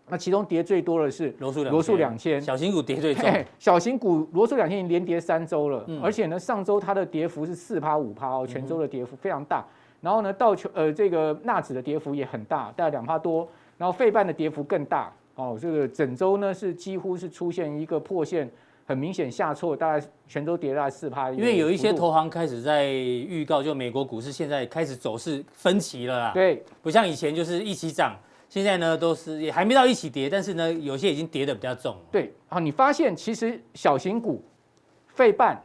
Speaker 3: 那其中跌最多的是
Speaker 1: 罗素两
Speaker 3: 罗素两千。
Speaker 1: 小型股跌最重，
Speaker 3: 嘿小型股罗素两千已经连跌三周了，
Speaker 1: 嗯
Speaker 3: 而且呢，上周它的跌幅是四趴五趴哦，全周的跌幅非常大。然后呢，道琼呃这个纳指的跌幅也很大，大概两趴多，然后费半的跌幅更大哦。这个整周呢是几乎是出现一个破线，很明显下挫，大概全周跌大概四趴。
Speaker 1: 因为有一些投行开始在预告，就美国股市现在开始走势分歧了啦，
Speaker 3: 对
Speaker 1: 不像以前就是一起涨，现在呢都是也还没到一起跌，但是呢有些已经跌得比较重了。
Speaker 3: 对啊，你发现其实小型股、费半、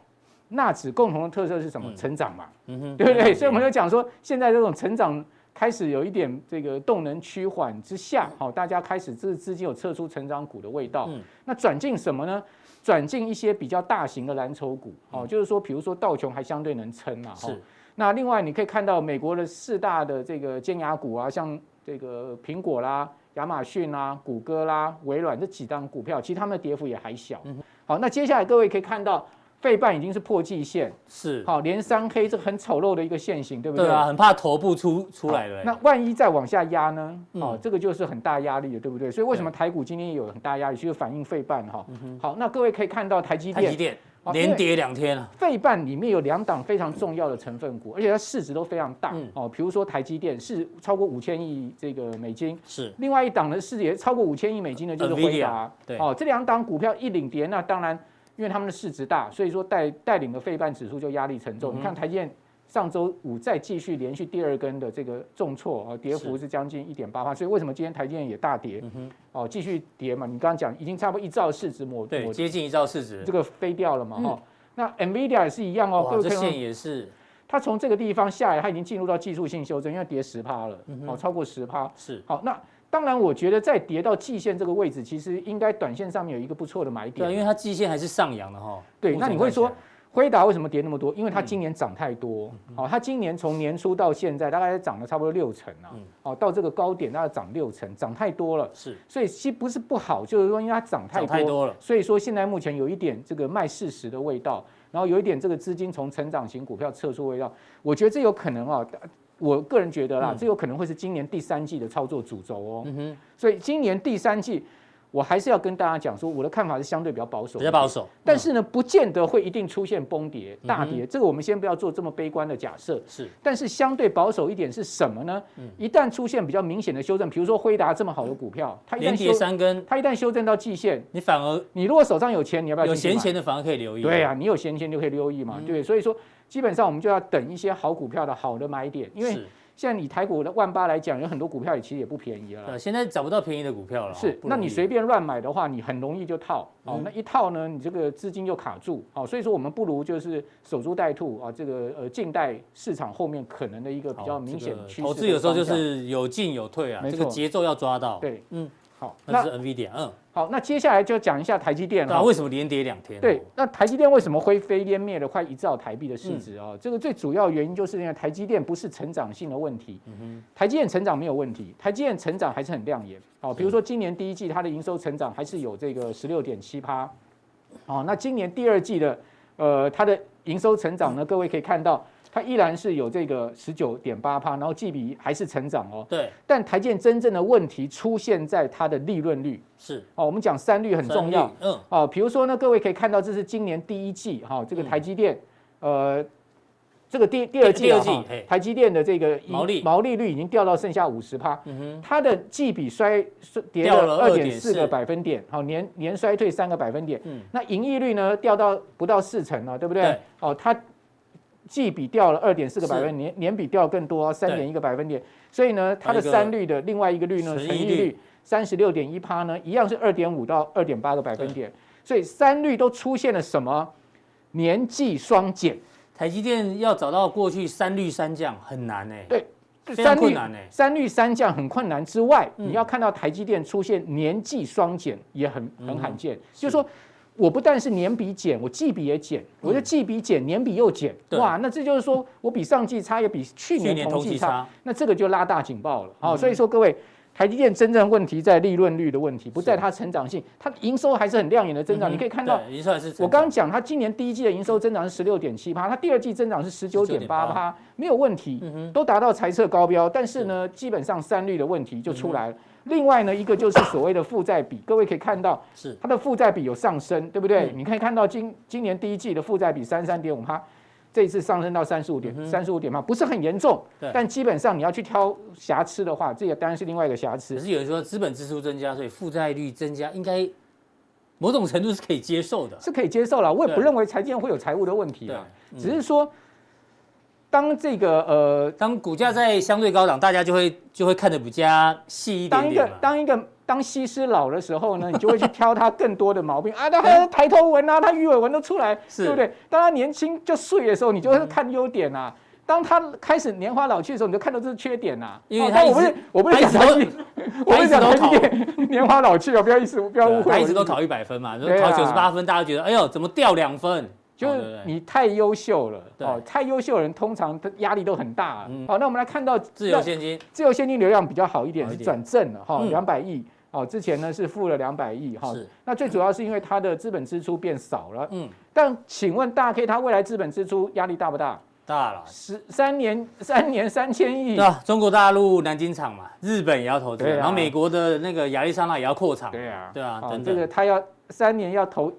Speaker 3: 纳指共同的特色是什么？
Speaker 1: 嗯
Speaker 3: 成长嘛。
Speaker 1: 嗯哼，
Speaker 3: 对不对？所以我们
Speaker 1: 就
Speaker 3: 就讲说，现在这种成长开始有一点这个动能趋缓之下，好，大家开始这资金有撤出成长股的味道
Speaker 1: 嗯。
Speaker 3: 那转进什么呢？转进一些比较大型的蓝筹股，哦，就是说，比如说道琼还相对能撑啊。
Speaker 1: 嗯
Speaker 3: 哦
Speaker 1: 是
Speaker 3: 那另外你可以看到美国的四大的这个尖牙股啊，像这个苹果啦、亚马逊啦、谷歌啦、微软这几档股票，其实它们的跌幅也还小。
Speaker 1: 嗯
Speaker 3: 好，那接下来各位可以看到，费半已经是破季线，
Speaker 1: 是，
Speaker 3: 好，连三黑这个很丑陋的一个现形，对不对？
Speaker 1: 对啊，很怕头部出出来了。欸
Speaker 3: 那万一再往下压呢？
Speaker 1: 嗯
Speaker 3: 哦，这个就是很大压力的，对不对？所以为什么台股今天也有很大压力，就是反映费半哈。好，那各位可以看到台积
Speaker 1: 嗯台积
Speaker 3: 电。
Speaker 1: 电
Speaker 3: 好因
Speaker 1: 连
Speaker 3: 为
Speaker 1: 跌两天啊了，
Speaker 3: 费半里面有两档非常重要的成分股，而且它市值都非常大
Speaker 1: 嗯
Speaker 3: 哦。比如说台积电是超过五千亿这个美金，
Speaker 1: 是
Speaker 3: 另外一档呢是也超过五千亿美金的，就是辉
Speaker 1: NVIDIA，
Speaker 3: 达。
Speaker 1: 对
Speaker 3: 哦，这两档股票一领跌，那当然因为他们的市值大，所以说带带领的费半指数就压力沉
Speaker 1: 嗯
Speaker 3: 重。你看台积电上周五再继续连续第二根的这个重挫啊，哦跌幅是将近一点八所以为什么今天台积电也大跌？
Speaker 1: 嗯
Speaker 3: 哦，继续跌嘛，你刚刚讲已经差不多一兆市值抹
Speaker 1: 对，
Speaker 3: 抹
Speaker 1: 接近一兆市值
Speaker 3: 这，个飞掉了嘛哈。那 Nvidia 也是一样哦，
Speaker 1: 嗯哇，
Speaker 3: 各位
Speaker 1: 这
Speaker 3: 看到
Speaker 1: 线也是
Speaker 3: 它从这个地方下来，它已经进入到技术性修正，因为跌十趴了，
Speaker 1: 嗯
Speaker 3: 哦，超过十趴。
Speaker 1: 是
Speaker 3: 好，那当然，我觉得在跌到季线这个位置，其实应该短线上面有一个不错的买
Speaker 1: 对啊，因
Speaker 3: 点。
Speaker 1: 为它季线还是上扬的哈。
Speaker 3: 对
Speaker 1: 目前
Speaker 3: 那你会说
Speaker 1: 看起来
Speaker 3: 辉达为什么跌那么多？因为它今年涨太多，
Speaker 1: 嗯
Speaker 3: 好，它今年从年初到现在大概涨了差不多六成啊
Speaker 1: 嗯，
Speaker 3: 哦，到这个高点大概涨六成，涨太多了，
Speaker 1: 是
Speaker 3: 所以其实不是不好，就是说因为它涨太
Speaker 1: 涨
Speaker 3: 多，
Speaker 1: 太多了，
Speaker 3: 所以说现在目前有一点这个卖事实的味道，然后有一点这个资金从成长型股票撤出味道，我觉得这有可能啊。我个人觉得啦
Speaker 1: 嗯，
Speaker 3: 这有可能会是今年第三季的操作主轴哦。
Speaker 1: 嗯哼，
Speaker 3: 所以今年第三季，我还是要跟大家讲说，我的看法是相对比较保守，
Speaker 1: 比较保。守，嗯
Speaker 3: 但是呢，不见得会一定出现崩跌、大跌，这个我们先不要做这么悲观的假设。
Speaker 1: 是
Speaker 3: 但是相对保守一点是什么呢？
Speaker 1: 嗯
Speaker 3: 一旦出现比较明显的修正，比如说辉达这么好的股票，它一
Speaker 1: 连
Speaker 3: 旦
Speaker 1: 跌
Speaker 3: 修，
Speaker 1: 三根，
Speaker 3: 它一旦修正到季线，
Speaker 1: 你反而
Speaker 3: 你如果手上有钱，你要不要
Speaker 1: 有
Speaker 3: 进去买
Speaker 1: 闲钱的反而可以嗯留意。
Speaker 3: 对啊，你有闲钱就可以留意嘛，对不对，所以说基本上我们就要等一些好股票的好的买点，因为
Speaker 1: 是
Speaker 3: 现在以台股的万八来讲，有很多股票也其实也不便宜了啦。
Speaker 1: 呃，现在找不到便宜的股票了哦，
Speaker 3: 是，
Speaker 1: 不
Speaker 3: 那
Speaker 1: 容
Speaker 3: 你
Speaker 1: 易
Speaker 3: 随便乱买的话，你很容易就套。哦
Speaker 1: 嗯，
Speaker 3: 那一套呢，你这个资金就卡住。哦，所以说我们不如就是守株待兔啊，这个呃，静待市场后面可能的一个比
Speaker 1: 好
Speaker 3: 较
Speaker 1: 这
Speaker 3: 明显
Speaker 1: 个
Speaker 3: 趋势。
Speaker 1: 投资有时候就。是有进有退啊，
Speaker 3: 没
Speaker 1: 这个
Speaker 3: 错
Speaker 1: 节奏要抓到。，
Speaker 3: 对，
Speaker 1: 嗯，
Speaker 3: 好，
Speaker 1: 那
Speaker 3: 那
Speaker 1: 就是 NVIDIA，嗯，
Speaker 3: 好，那接下来就讲一下台积电
Speaker 1: 那
Speaker 3: 了。
Speaker 1: 为什么连跌两天？哦
Speaker 3: 对，，那台积电为什么会飞天灭了快一兆台币的市值哦？这个最主要原因就是因为台积电不是成长性的问题，台积电成长没有问题，台积电成长还是很亮眼哦。比如说今年第一季它的营收成长还是有这个十六点七趴，哦，那今年第二季的呃它的营收成长呢，各位可以看到它依然是有这个十九点八趴，然后季比还是成长哦。
Speaker 1: 对，
Speaker 3: 但台积电真正的问题出现在它的利润率
Speaker 1: 是
Speaker 3: 哦，我们讲三率很重要
Speaker 1: 三率。嗯，
Speaker 3: 哦，比如说呢，各位可以看到，这是今年第一季哈、这
Speaker 1: 嗯
Speaker 3: 个台积电，呃，这个第第二季、
Speaker 1: 第二
Speaker 3: 啊、
Speaker 1: 季
Speaker 3: 哈
Speaker 1: 嘿
Speaker 3: 台积电的这个盈
Speaker 1: 毛利
Speaker 3: 毛利率已经掉到剩下五十趴，
Speaker 1: 嗯哼，
Speaker 3: 它的季比衰衰跌
Speaker 1: 掉了
Speaker 3: 了二点
Speaker 1: 2.4
Speaker 3: 四个百分点，好、年年衰退三个百分点，
Speaker 1: 嗯
Speaker 3: 那盈利率呢掉到不到四成了、对不对？
Speaker 1: 对
Speaker 3: 哦，它季比掉了二点四个
Speaker 1: 是
Speaker 3: 百分点，年年比掉更多三点一个百分点，所以呢，它
Speaker 1: 那
Speaker 3: 的
Speaker 1: 个
Speaker 3: 三率的另外一个率呢，
Speaker 1: 存
Speaker 3: 存
Speaker 1: 益
Speaker 3: 益
Speaker 1: 率
Speaker 3: 率三十六点一趴呢，一样是二点五到二点八个百分点，所以三率都出现了什么？年季双减，
Speaker 1: 台积电要找到过去三绿三降很难哎，
Speaker 3: 对
Speaker 1: 非常
Speaker 3: 三
Speaker 1: 困
Speaker 3: 率
Speaker 1: 难哎
Speaker 3: 三率三降很困难之外，
Speaker 1: 嗯
Speaker 3: 你要看到台积电出现年季双减也很很罕见，
Speaker 1: 嗯是
Speaker 3: 就是说。我不但是年比减，我季比也减，我就季比减，年比又减，
Speaker 1: 嗯对
Speaker 3: 哇，那这就是说我比上季差，也比去
Speaker 1: 去年
Speaker 3: 年
Speaker 1: 同
Speaker 3: 同
Speaker 1: 期
Speaker 3: 季差，
Speaker 1: 差，嗯
Speaker 3: 那这个就拉大警报了。好，所以说各位，台积电真正问题在利润率的问题，不在它成长性，它营收还是很亮眼的增
Speaker 1: 嗯
Speaker 3: 长，你可以看
Speaker 1: 对
Speaker 3: 到
Speaker 1: 营收还是成长
Speaker 3: 我刚刚讲，它今年第一季的营收增长是十六点七趴，它第二季增长是十九点八趴，没有问题，都达到财测高标。但是嗯呢，基本上三率的问题就出来了。另外呢，一个就是所谓的负债比，各位可以看到
Speaker 1: 是
Speaker 3: 它的负债比有上升，对不对？
Speaker 1: 嗯
Speaker 3: 你可以看到今今年第一季的负债比三三点五趴。这一次上升到三十五点三十五点嘛，不是很严重
Speaker 1: 对，
Speaker 3: 但基本上你要去挑瑕疵的话，这也当然是另外一个瑕疵
Speaker 1: 只。是有人说资本支出增加，所以负债率增加应该某种程度是可以接受的。
Speaker 3: 是可以接受了。我也不
Speaker 1: 对
Speaker 3: 认为财建会有财务的问题啊，
Speaker 1: 对嗯
Speaker 3: 只是说，当这个呃，
Speaker 1: 当股价在相对高档，大家就会就会看得比较细一
Speaker 3: 当
Speaker 1: 点
Speaker 3: 一
Speaker 1: 点
Speaker 3: 个
Speaker 1: 嘛。
Speaker 3: 当一个当西施老的时候 呢，你就会去挑他更多的毛病啊，他他抬头纹啊，他鱼尾纹都出来，
Speaker 1: 是
Speaker 3: 对不对？当他年轻就碎的时候，你就会看优点啊。
Speaker 1: 嗯
Speaker 3: 当他开始年华老去的时候，你就看到这是缺点呐、啊。
Speaker 1: 因为
Speaker 3: 哦
Speaker 1: 他
Speaker 3: 但
Speaker 1: 一
Speaker 3: 我不
Speaker 1: 直
Speaker 3: 是我不
Speaker 1: 他
Speaker 3: 是
Speaker 1: 一
Speaker 3: 讲
Speaker 1: 直
Speaker 3: 台
Speaker 1: 都
Speaker 3: 积电，
Speaker 1: 他一直都
Speaker 3: 我不是讲台积电 年华老去啊，不要意思，不要
Speaker 1: 对
Speaker 3: 误
Speaker 1: 啊
Speaker 3: 会。
Speaker 1: 他一
Speaker 3: 我
Speaker 1: 直
Speaker 3: 是
Speaker 1: 都考一百分嘛，就是
Speaker 3: 对
Speaker 1: 考
Speaker 3: 啊
Speaker 1: 九十八分，大家觉得哎呦怎么掉两分？
Speaker 3: 就
Speaker 1: 哦对不
Speaker 3: 是
Speaker 1: 对
Speaker 3: 你太优秀了，
Speaker 1: 对
Speaker 3: 哦，太优秀的人通常他压力都很大啊
Speaker 1: 嗯。
Speaker 3: 好，那我们来看到
Speaker 1: 自由现金，
Speaker 3: 自由现金流量比较好一点，
Speaker 1: 好一
Speaker 3: 是
Speaker 1: 点
Speaker 3: 转正了哈，
Speaker 1: 嗯
Speaker 3: 两百亿。哦，之前呢是负了两百亿哈
Speaker 1: 是，
Speaker 3: 那最主要是因为它的资本支出变少了。
Speaker 1: 嗯，
Speaker 3: 但请问大 K 它未来资本支出压力大不大？
Speaker 1: 大了。
Speaker 3: 十三年三年三千亿
Speaker 1: 对，啊，中国大陆南京厂嘛，日本也要投资，
Speaker 3: 嗯对啊
Speaker 1: 然后美国的那个亚利桑那也要扩厂，
Speaker 3: 对啊
Speaker 1: 对啊，
Speaker 3: 哦
Speaker 1: 等
Speaker 3: 这个
Speaker 1: 等，
Speaker 3: 他要三年要投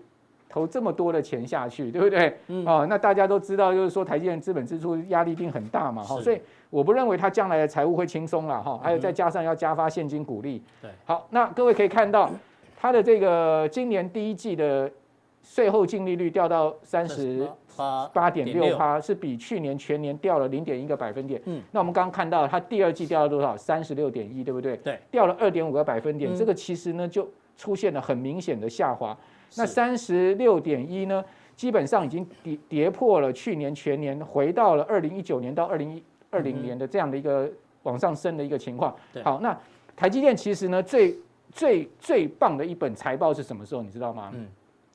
Speaker 3: 投这么多的钱下去，对不对？
Speaker 1: 嗯
Speaker 3: 哦，那大家都知道，就是说台积电资本支出压力一定很大嘛，哈、哦
Speaker 1: 是
Speaker 3: 所以我不认为它将来的财务会轻松了哈、还有
Speaker 1: 嗯哼
Speaker 3: 再加上要加发现金股利，
Speaker 1: 对
Speaker 3: 好，那各位可以看到它的这个今年第一季的税后净利率掉到三十
Speaker 1: 八
Speaker 3: 八点六趴，是比去年全年掉了零点一个百分点。
Speaker 1: 嗯
Speaker 3: 嗯，那我们刚刚看到它第二季掉了多少？三十六点一，对不对？
Speaker 1: 对，
Speaker 3: 掉了二点五个百分点。
Speaker 1: 嗯
Speaker 3: 这个其实呢就出现了很明显的下滑。那
Speaker 1: 是
Speaker 3: 三十六点一呢，基本上已经跌跌破了去年全年，回到了二零一九年到二零一二零年的这样的一个往上升的一个情况
Speaker 1: 对。
Speaker 3: 好，那台积电其实呢最最最棒的一本财报是什么时候？你知道吗？
Speaker 1: 嗯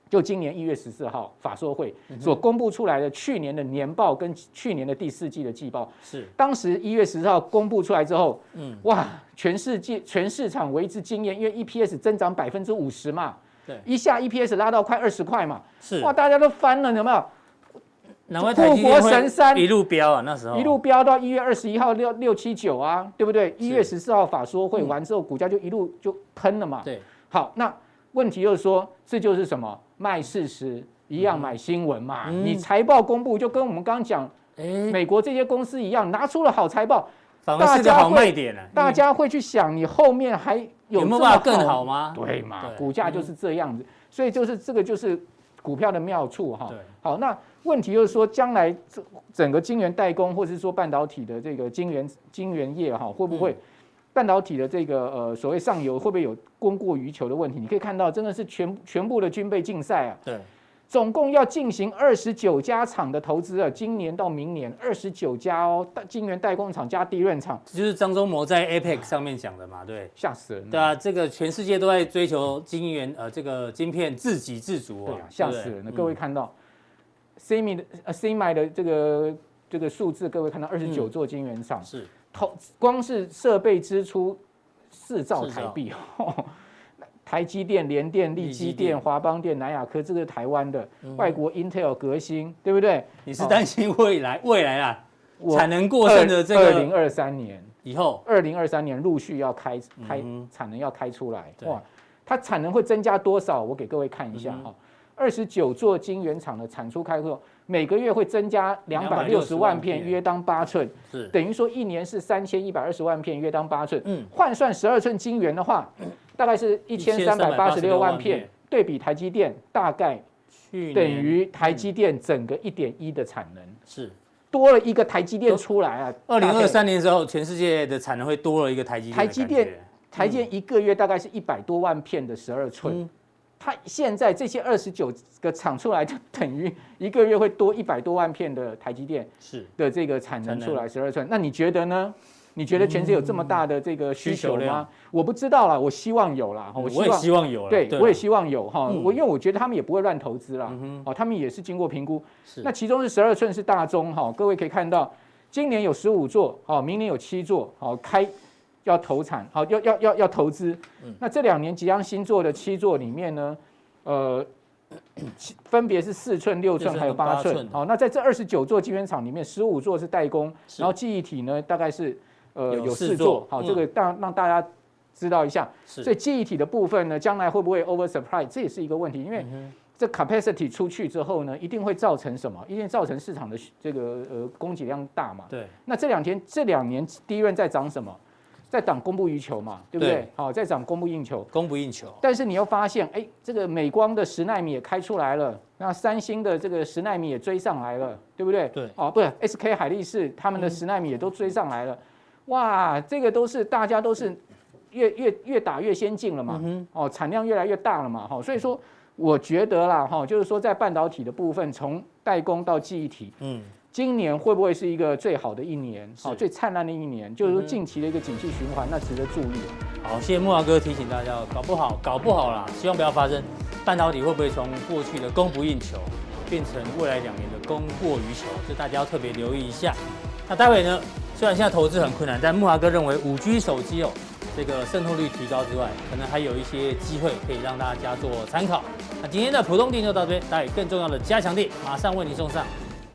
Speaker 3: 就今年一月十四号法说会所公布出来的去年的年报跟去年的第四季的季报，
Speaker 1: 是，
Speaker 3: 当时一月十四号公布出来之后，
Speaker 1: 嗯，
Speaker 3: 哇，全世界全市场为之惊艳，因为 EPS 增长百分之五十嘛，
Speaker 1: 对，
Speaker 3: 一下 EPS 拉到快二十块嘛，
Speaker 1: 是哦
Speaker 3: 哇，，大家都翻了，有没有？
Speaker 1: 难怪台积电
Speaker 3: 护国神山
Speaker 1: 会一路飙啊，那时候
Speaker 3: 一路飙到一月二十一号六六七九啊，对不对？一月十四号法说会完之后，股价就一路就喷了嘛。
Speaker 1: 对，
Speaker 3: 好，那问题就是说，这就是什么卖事实一样买新闻嘛？
Speaker 1: 嗯
Speaker 3: 你财报公布就跟我们刚刚讲
Speaker 1: 哎，
Speaker 3: 美国这些公司一样，拿出了好财报，
Speaker 1: 反而是个好卖点了，
Speaker 3: 大家会去想你后面还有
Speaker 1: 有没有
Speaker 3: 这
Speaker 1: 办法
Speaker 3: 么
Speaker 1: 更好？吗？
Speaker 3: 对嘛
Speaker 1: 啊对，嗯
Speaker 3: 股价就是这样子，所以就是这个就是股票的妙处哈
Speaker 1: 对。
Speaker 3: 好，那问题就是说，将来这整个晶圆代工，或是说半导体的这个晶圆晶圆业哈，会不
Speaker 1: 嗯
Speaker 3: 会半导体的这个呃所谓上游会不会有供过于求的问题？你可以看到，真的是全全部的军备竞赛啊，
Speaker 1: 对，
Speaker 3: 总共要进行二十九家厂的投资啊，今年到明年二十九家哦，大晶圆代工厂加地润厂，
Speaker 1: 这就是张忠谋在 APEC 上面讲的嘛，对。
Speaker 3: 吓死人
Speaker 1: 对
Speaker 3: 了！
Speaker 1: 啊，这个全世界都在追求晶圆，呃，这个晶片自给自足
Speaker 3: 对
Speaker 1: 啊
Speaker 3: 啊，，吓
Speaker 1: 对不
Speaker 3: 死
Speaker 1: 对
Speaker 3: 人了！
Speaker 1: 嗯
Speaker 3: 各位看到 semi 的呃 semi 的这个这个数字，各位看
Speaker 1: 嗯
Speaker 3: 到二十九座晶圆厂。
Speaker 1: 是
Speaker 3: 投光是设备支出四兆台币， 台积电、联电、
Speaker 1: 力
Speaker 3: 力
Speaker 1: 积
Speaker 3: 积
Speaker 1: 电嗯
Speaker 3: 电、华邦电、南亚科，这个是台湾的，外国 Intel、革新，对不对？
Speaker 1: 你是担心未来未来啊
Speaker 3: 哦我
Speaker 1: 产能过剩的这个
Speaker 3: 二零二三年，
Speaker 1: 以后，
Speaker 3: 二零二三年陆续要开开
Speaker 1: 嗯哼
Speaker 3: 产能要开出来，
Speaker 1: 对
Speaker 3: 哇，它产能会增加多少？我给各位看一下
Speaker 1: 嗯哼
Speaker 3: 哈。二十九座晶圆厂的产出开拓，每个月会增加两百六十
Speaker 1: 260万
Speaker 3: 万
Speaker 1: 片
Speaker 3: 片，嗯约当八寸。
Speaker 1: 是
Speaker 3: 等于说一年是三千一百二十万片，约当八寸。
Speaker 1: 嗯
Speaker 3: 嗯，换算十二寸晶圆的 话，大概是一千三百八十
Speaker 1: 1386
Speaker 3: 六
Speaker 1: 万
Speaker 3: 万
Speaker 1: 片
Speaker 3: 片。对比台积电，大概
Speaker 1: 去
Speaker 3: 等
Speaker 1: 年
Speaker 3: 于台积电整个一点一的产能，
Speaker 1: 是
Speaker 3: 多了一个台积电出来啊。
Speaker 1: 二零
Speaker 3: 大概
Speaker 1: 二，三年之后，全世界的产能会多了一个台积电的
Speaker 3: 台
Speaker 1: 感觉。
Speaker 3: 积电台积电一个月大概是一百多万片的十二寸
Speaker 1: 嗯。
Speaker 3: 它现在这些二十九个厂出来，就等于一个月会多一百多万片的台积电
Speaker 1: 是
Speaker 3: 的这个产能
Speaker 1: 产能
Speaker 3: 出来十二寸，那你觉得呢？你觉得全世界有这么大的这个需
Speaker 1: 嗯需求
Speaker 3: 求
Speaker 1: 量
Speaker 3: 吗？我不知道啦，我希望有啦，哈
Speaker 1: 我
Speaker 3: 我希
Speaker 1: 也
Speaker 3: 望
Speaker 1: 希望有了，
Speaker 3: 对，
Speaker 1: 啦
Speaker 3: 我也希望有哈，
Speaker 1: 嗯
Speaker 3: 我因为我觉得他们也不会乱投资啦
Speaker 1: 嗯，哼，
Speaker 3: 哦，他们也是经过评估。
Speaker 1: 是
Speaker 3: 那其中是十二寸是大宗哈，各位可以看到，今年有十五座，哦，明年有七座，哦，开要投产，好、要要要要投资
Speaker 1: 嗯。
Speaker 3: 那这两年即将新做的七座里面呢，呃，七分别是四寸、六
Speaker 1: 六
Speaker 3: 寸
Speaker 1: 寸
Speaker 3: 还有
Speaker 1: 跟八
Speaker 3: 八寸
Speaker 1: 寸。
Speaker 3: 好、那在这二十九座晶圆厂里面，十五座是代工，
Speaker 1: 是
Speaker 3: 然后记忆体呢大概是呃
Speaker 1: 有
Speaker 3: 有
Speaker 1: 四
Speaker 3: 四
Speaker 1: 座
Speaker 3: 座，好、
Speaker 1: 嗯
Speaker 3: 这个让让大家知道一下。
Speaker 1: 是
Speaker 3: 所以记忆体的部分呢，将来会不会 over supply，这也是一个问题，因为
Speaker 1: 嗯哼
Speaker 3: 这 capacity 出去之后呢，一定会造成什么？一定造成市场的需这个呃供给量大嘛。
Speaker 1: 对
Speaker 3: 那这两天这两年低润在涨什么？在涨供不于求嘛，对不
Speaker 1: 对
Speaker 3: 对？好，在涨供不应求。
Speaker 1: 供不应求，
Speaker 3: 但是你又发现，哎，这个美光的十纳米也开出来了，那三星的这个十纳米也追上来了，对不对？
Speaker 1: 对
Speaker 3: 哦，不是 SK 海力士他们的十纳米也都追上来
Speaker 1: 嗯
Speaker 3: 了，哇，这个都是大家都是越越越打越先进了嘛，
Speaker 1: 嗯
Speaker 3: 哦，产量越来越大了嘛，哈、所以说我觉得啦，哈、就是说在半导体的部分，从代工到记忆体，
Speaker 1: 嗯，
Speaker 3: 今年会不会是一个最好的一年，好、
Speaker 1: 是
Speaker 3: 最灿烂的一年？就是说
Speaker 1: 嗯哼
Speaker 3: 近期的一个景气循环，那值得注意。
Speaker 1: 好，谢谢木华哥提醒大家，哦搞不好搞不好啦，希望不要发生，半导体会不会从过去的供不应求，变成未来两年的供过于求，这大家要特别留意一下。那待会呢，虽然现在投资很困难，但木华哥认为五 G 手机哦，这个渗透率提高之外，可能还有一些机会可以让大家做参考。那今天的浦东店就到这边，待会更重要的加强地马上为您送上。